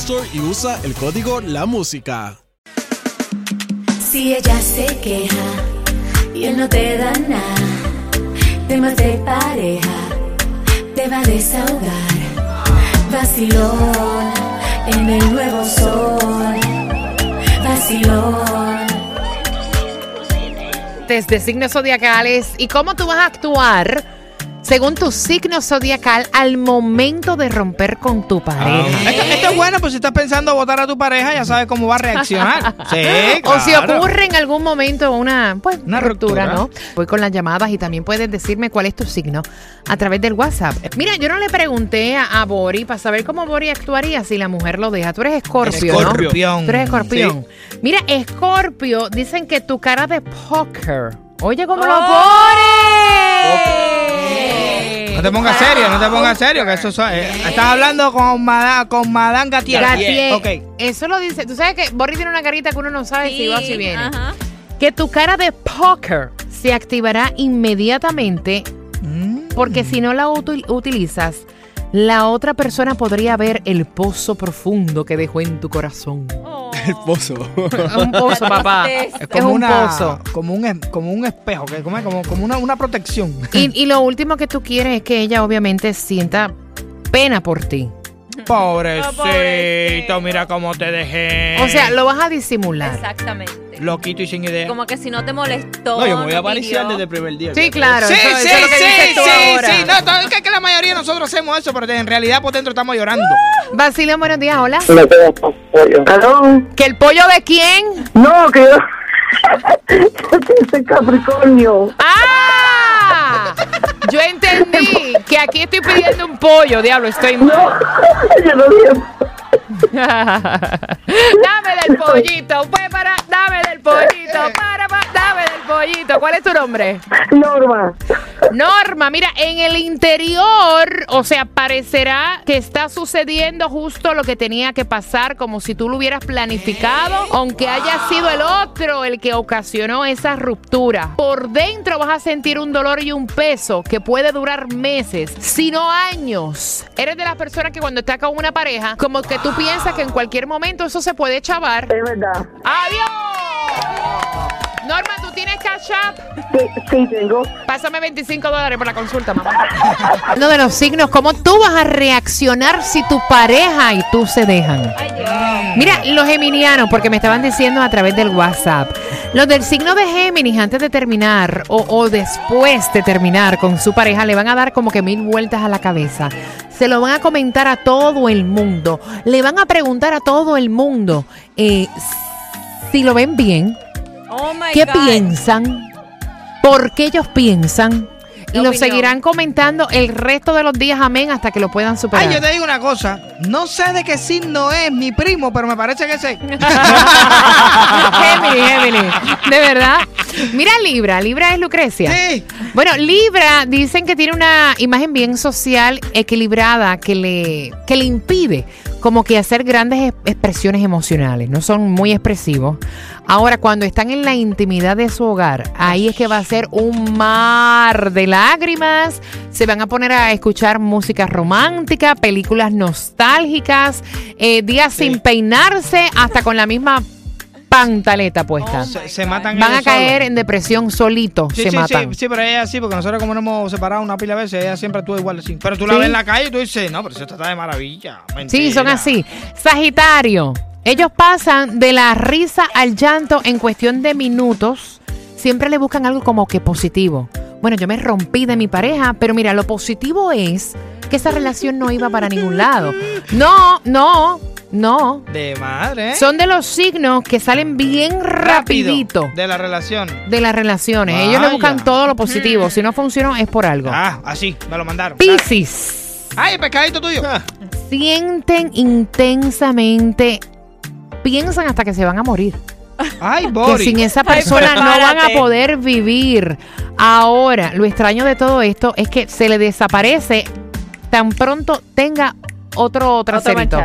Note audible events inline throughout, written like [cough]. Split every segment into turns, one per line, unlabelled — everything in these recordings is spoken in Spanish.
Store y usa el código La Música.
Si ella se queja y él no te da nada, temas de pareja, te va a desahogar. Vacilón en el nuevo sol, vacilón.
Desde signos zodiacales y cómo tú vas a actuar según tu signo zodiacal al momento de romper con tu pareja.
Esto, esto es bueno, pues si estás pensando votar a tu pareja, ya sabes cómo va
[laughs]
a reaccionar. Sí,
O si
claro.
ocurre en algún momento una, pues,
Una
ruptura,
ruptura.
¿no? Voy con las llamadas y también puedes decirme cuál es tu signo a través del WhatsApp. Mira, yo no le pregunté a, a Bori para saber cómo Bori actuaría si la mujer lo deja. Tú eres escorpio, ¿no?
Escorpio.
Escorpión.
Tú eres escorpión. Mira, escorpio, dicen que tu cara de póker. Oye, ¿cómo lo
Sí.
pone?
No te pongas serio, no te pongas serio, que eso es- eh, estás hablando con Madame, con Madame Gatier.
Gatier.
Ok.
Eso lo dice. Tú sabes que Borri tiene una carita que uno no sabe si va o si viene.
ajá.
Que tu cara de póker se activará inmediatamente
Mm.
porque si no la util- utilizas, la otra persona podría ver el pozo profundo que dejó en tu corazón.
Oh.
Pozo.
un pozo, papá.
tristeza.
Es, un
una-
pozo.
Como un, es- como un espejo, que como, como, como una,
[laughs]
una protección. [laughs]
Y, y lo último que tú quieres es que ella obviamente sienta pena por ti.
Pobrecito,
pobrecito.
mira cómo te dejé.
O sea, lo vas a disimular.
Exactamente.
Loquito y sin idea.
Como que si no te molestó.
No, yo me voy a
no
paliciar
pidió.
desde el primer día.
Sí, claro.
Sí,
eso-
sí,
eso es lo que dices
sí,
tú
sí,
ahora.
sí. No, todo- que, que la mayoría de nosotros hacemos eso, pero en realidad por dentro estamos llorando.
Uh, Basilio, buenos días, hola.
Me quedo con pollo. ¿Aló?
¿Que el pollo de quién?
No, que yo... yo soy Capricornio.
¡Ah! Yo entendí que aquí estoy pidiendo un pollo, diablo, estoy mal.
[laughs] No, [laughs] yo no dije...
[laughs] dame del pollito, pues para, dame del pollito, para, para, dame del pollito. ¿Cuál es tu nombre?
Norma.
Norma, mira, en el interior, o sea, parecerá que está sucediendo justo lo que tenía que pasar, como si tú lo hubieras planificado, aunque haya sido el otro el que ocasionó esa ruptura. Por dentro vas a sentir un dolor y un peso que puede durar meses, si no años. Eres de las personas que cuando está con una pareja, como que tú piensas que en cualquier momento eso se puede chavar.
Es verdad.
¡Adiós! Norma, ¿tú tienes catch up?
Sí, sí, tengo.
Pásame 25 dólares por la consulta, mamá. Uno de los signos, ¿cómo tú vas a reaccionar si tu pareja y tú se dejan?
Ay, Dios.
Mira, los geminianos, porque me estaban diciendo a través del WhatsApp, los del signo de Géminis antes de terminar o, o después de terminar con su pareja le van a dar como que mil vueltas a la cabeza. Se lo van a comentar a todo el mundo. Le van a preguntar a todo el mundo eh, si lo ven bien,
Oh my
¿Qué
God.
piensan? ¿Por qué ellos piensan? Y
La
lo
opinión.
seguirán comentando el resto de los días, amén, hasta que lo puedan superar. [laughs]
Ay, yo te digo una cosa. No sé de qué signo es mi primo, pero me parece que sé.
Gemini, Gemini. De verdad. Mira Libra, Libra es Lucrecia.
Sí.
Bueno, Libra dicen que tiene una imagen bien social, equilibrada, que le, que le impide como que hacer grandes ex- expresiones emocionales. No son muy expresivos. Ahora, cuando están en la intimidad de su hogar, ahí es que va a ser un mar de lágrimas. Se van a poner a escuchar música romántica, películas nostálgicas, eh, días sin peinarse, hasta con la misma pantaleta puesta.
Oh, Se, se matan
Van a
ellos
caer
solos.
en depresión solito,
Sí,
se
sí,
matan.
sí, sí, pero ella sí, porque nosotros como nos hemos separado una pila de veces, ella siempre estuvo igual así. Pero tú la
Sí.
ves en la calle y tú dices, no, pero eso está de maravilla.
Sí, son
Mentira.
así. Sagitario, ellos pasan de la risa al llanto en cuestión de minutos. Siempre le buscan algo como que positivo. Bueno, yo me rompí de mi pareja, pero mira, lo positivo es que esa relación no iba para ningún lado. No, no, no.
De madre, ¿eh?
Son de los signos que salen bien
Rápido
rapidito
De la relación.
de las relaciones. Ellos le
Vaya. Mm.
buscan todo lo positivo. Si no funcionó es por algo.
Ah, así, me lo mandaron.
Piscis.
Ay, el pescadito tuyo.
Ah. sienten intensamente, piensan hasta que se van a morir. Que
Ay,
sin
Boris.
esa
Ay,
persona no van a
prepárate.
poder vivir. Ahora, lo extraño de todo esto es que se le desaparece tan pronto tenga otro traserito,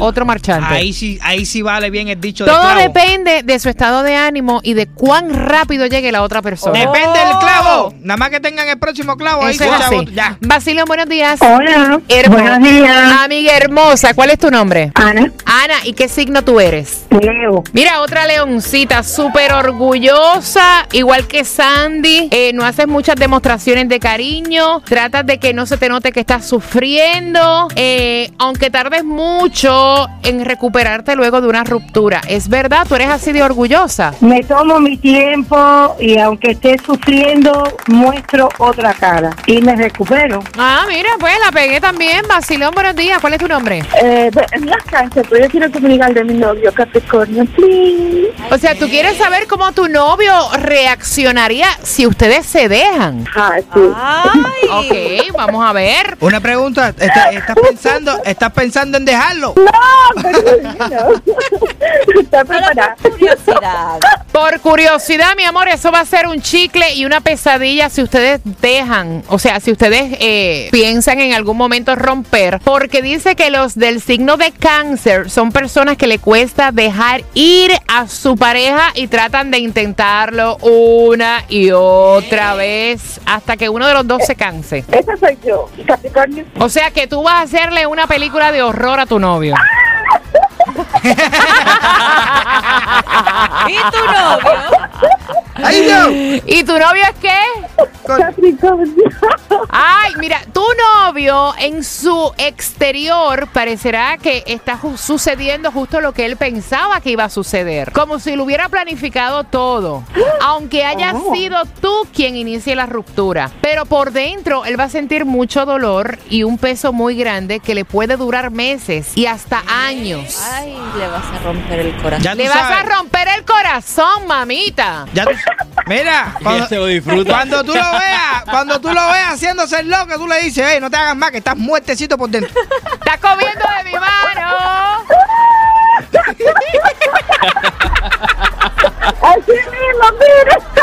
otro,
manchado.
marchante.
Ahí sí, ahí sí vale bien el dicho del
todo
clavo.
depende de su estado de ánimo y de cuán rápido llegue la otra persona.
Oh.
Depende del clavo. Nada más que tengan el próximo clavo, ahí
Eso
se
es
echa
así.
bot- Oh, Ya.
Basilio, buenos días.
Hola.
Hermo-
Oh, Buenos días. Ah.
Amiga hermosa, ¿cuál es tu nombre?
Ana,
Ana, ¿y qué signo tú eres?
Leo.
Mira, otra leoncita, súper orgullosa, igual que Sandy. Eh, no haces muchas demostraciones de cariño. Tratas de que no se te note que estás sufriendo. Eh, aunque tardes mucho en recuperarte luego de una ruptura. Es verdad, tú eres así de orgullosa.
Me tomo mi tiempo y aunque esté sufriendo, muestro otra cara y me recupero.
Ah, mira, pues la pegué también. Basilón, buenos días. ¿Cuál es tu nombre?
Eh, en las canchas, pero yo quiero comunicar de mi novio Capricornio, please.
O sea, tú quieres saber cómo tu novio reaccionaría si ustedes se dejan.
Ah, sí.
Ay.
Ok, vamos a ver.
Una pregunta, ¿está- ¿estás pensando, estás pensando en dejarlo?
No, pero [laughs] no. [laughs] Está preparada.
[laughs]
Curiosidad.
Por curiosidad, mi amor, eso va a ser un chicle y una pesadilla si ustedes dejan, o sea, si ustedes eh, piensan en algún momento romper, porque dice que los del signo de cáncer son personas que le cuesta dejar ir a su pareja y tratan de intentarlo una y otra vez hasta que uno de los dos se canse.
Esa soy yo, Capricornio.
O sea que tú vas a hacerle una película de horror a tu novio. [laughs]
¿Y tu novio?
¡Ay, no!
¿Y tu novio es qué?
Capricornio.
Ay, mira, tu novio en su exterior parecerá que está ju- sucediendo justo lo que él pensaba que iba a suceder. Como si lo hubiera planificado todo.
[gasps]
Aunque haya
Oh.
sido tú quien inicie la ruptura. Pero por dentro él va a sentir mucho dolor y un peso muy grande que le puede durar meses y hasta años.
Ay, le vas a romper el corazón.
Ya tú
Le vas a
sabes.
romper el corazón, mamita.
Ya tú-
[laughs]
Mira, cuando,
se lo disfruta.
cuando tú lo veas, cuando tú lo veas haciéndose el loco, tú le dices, hey, no te hagas más, que estás muertecito por dentro.
Está comiendo de mi mano.
Así mismo, mira.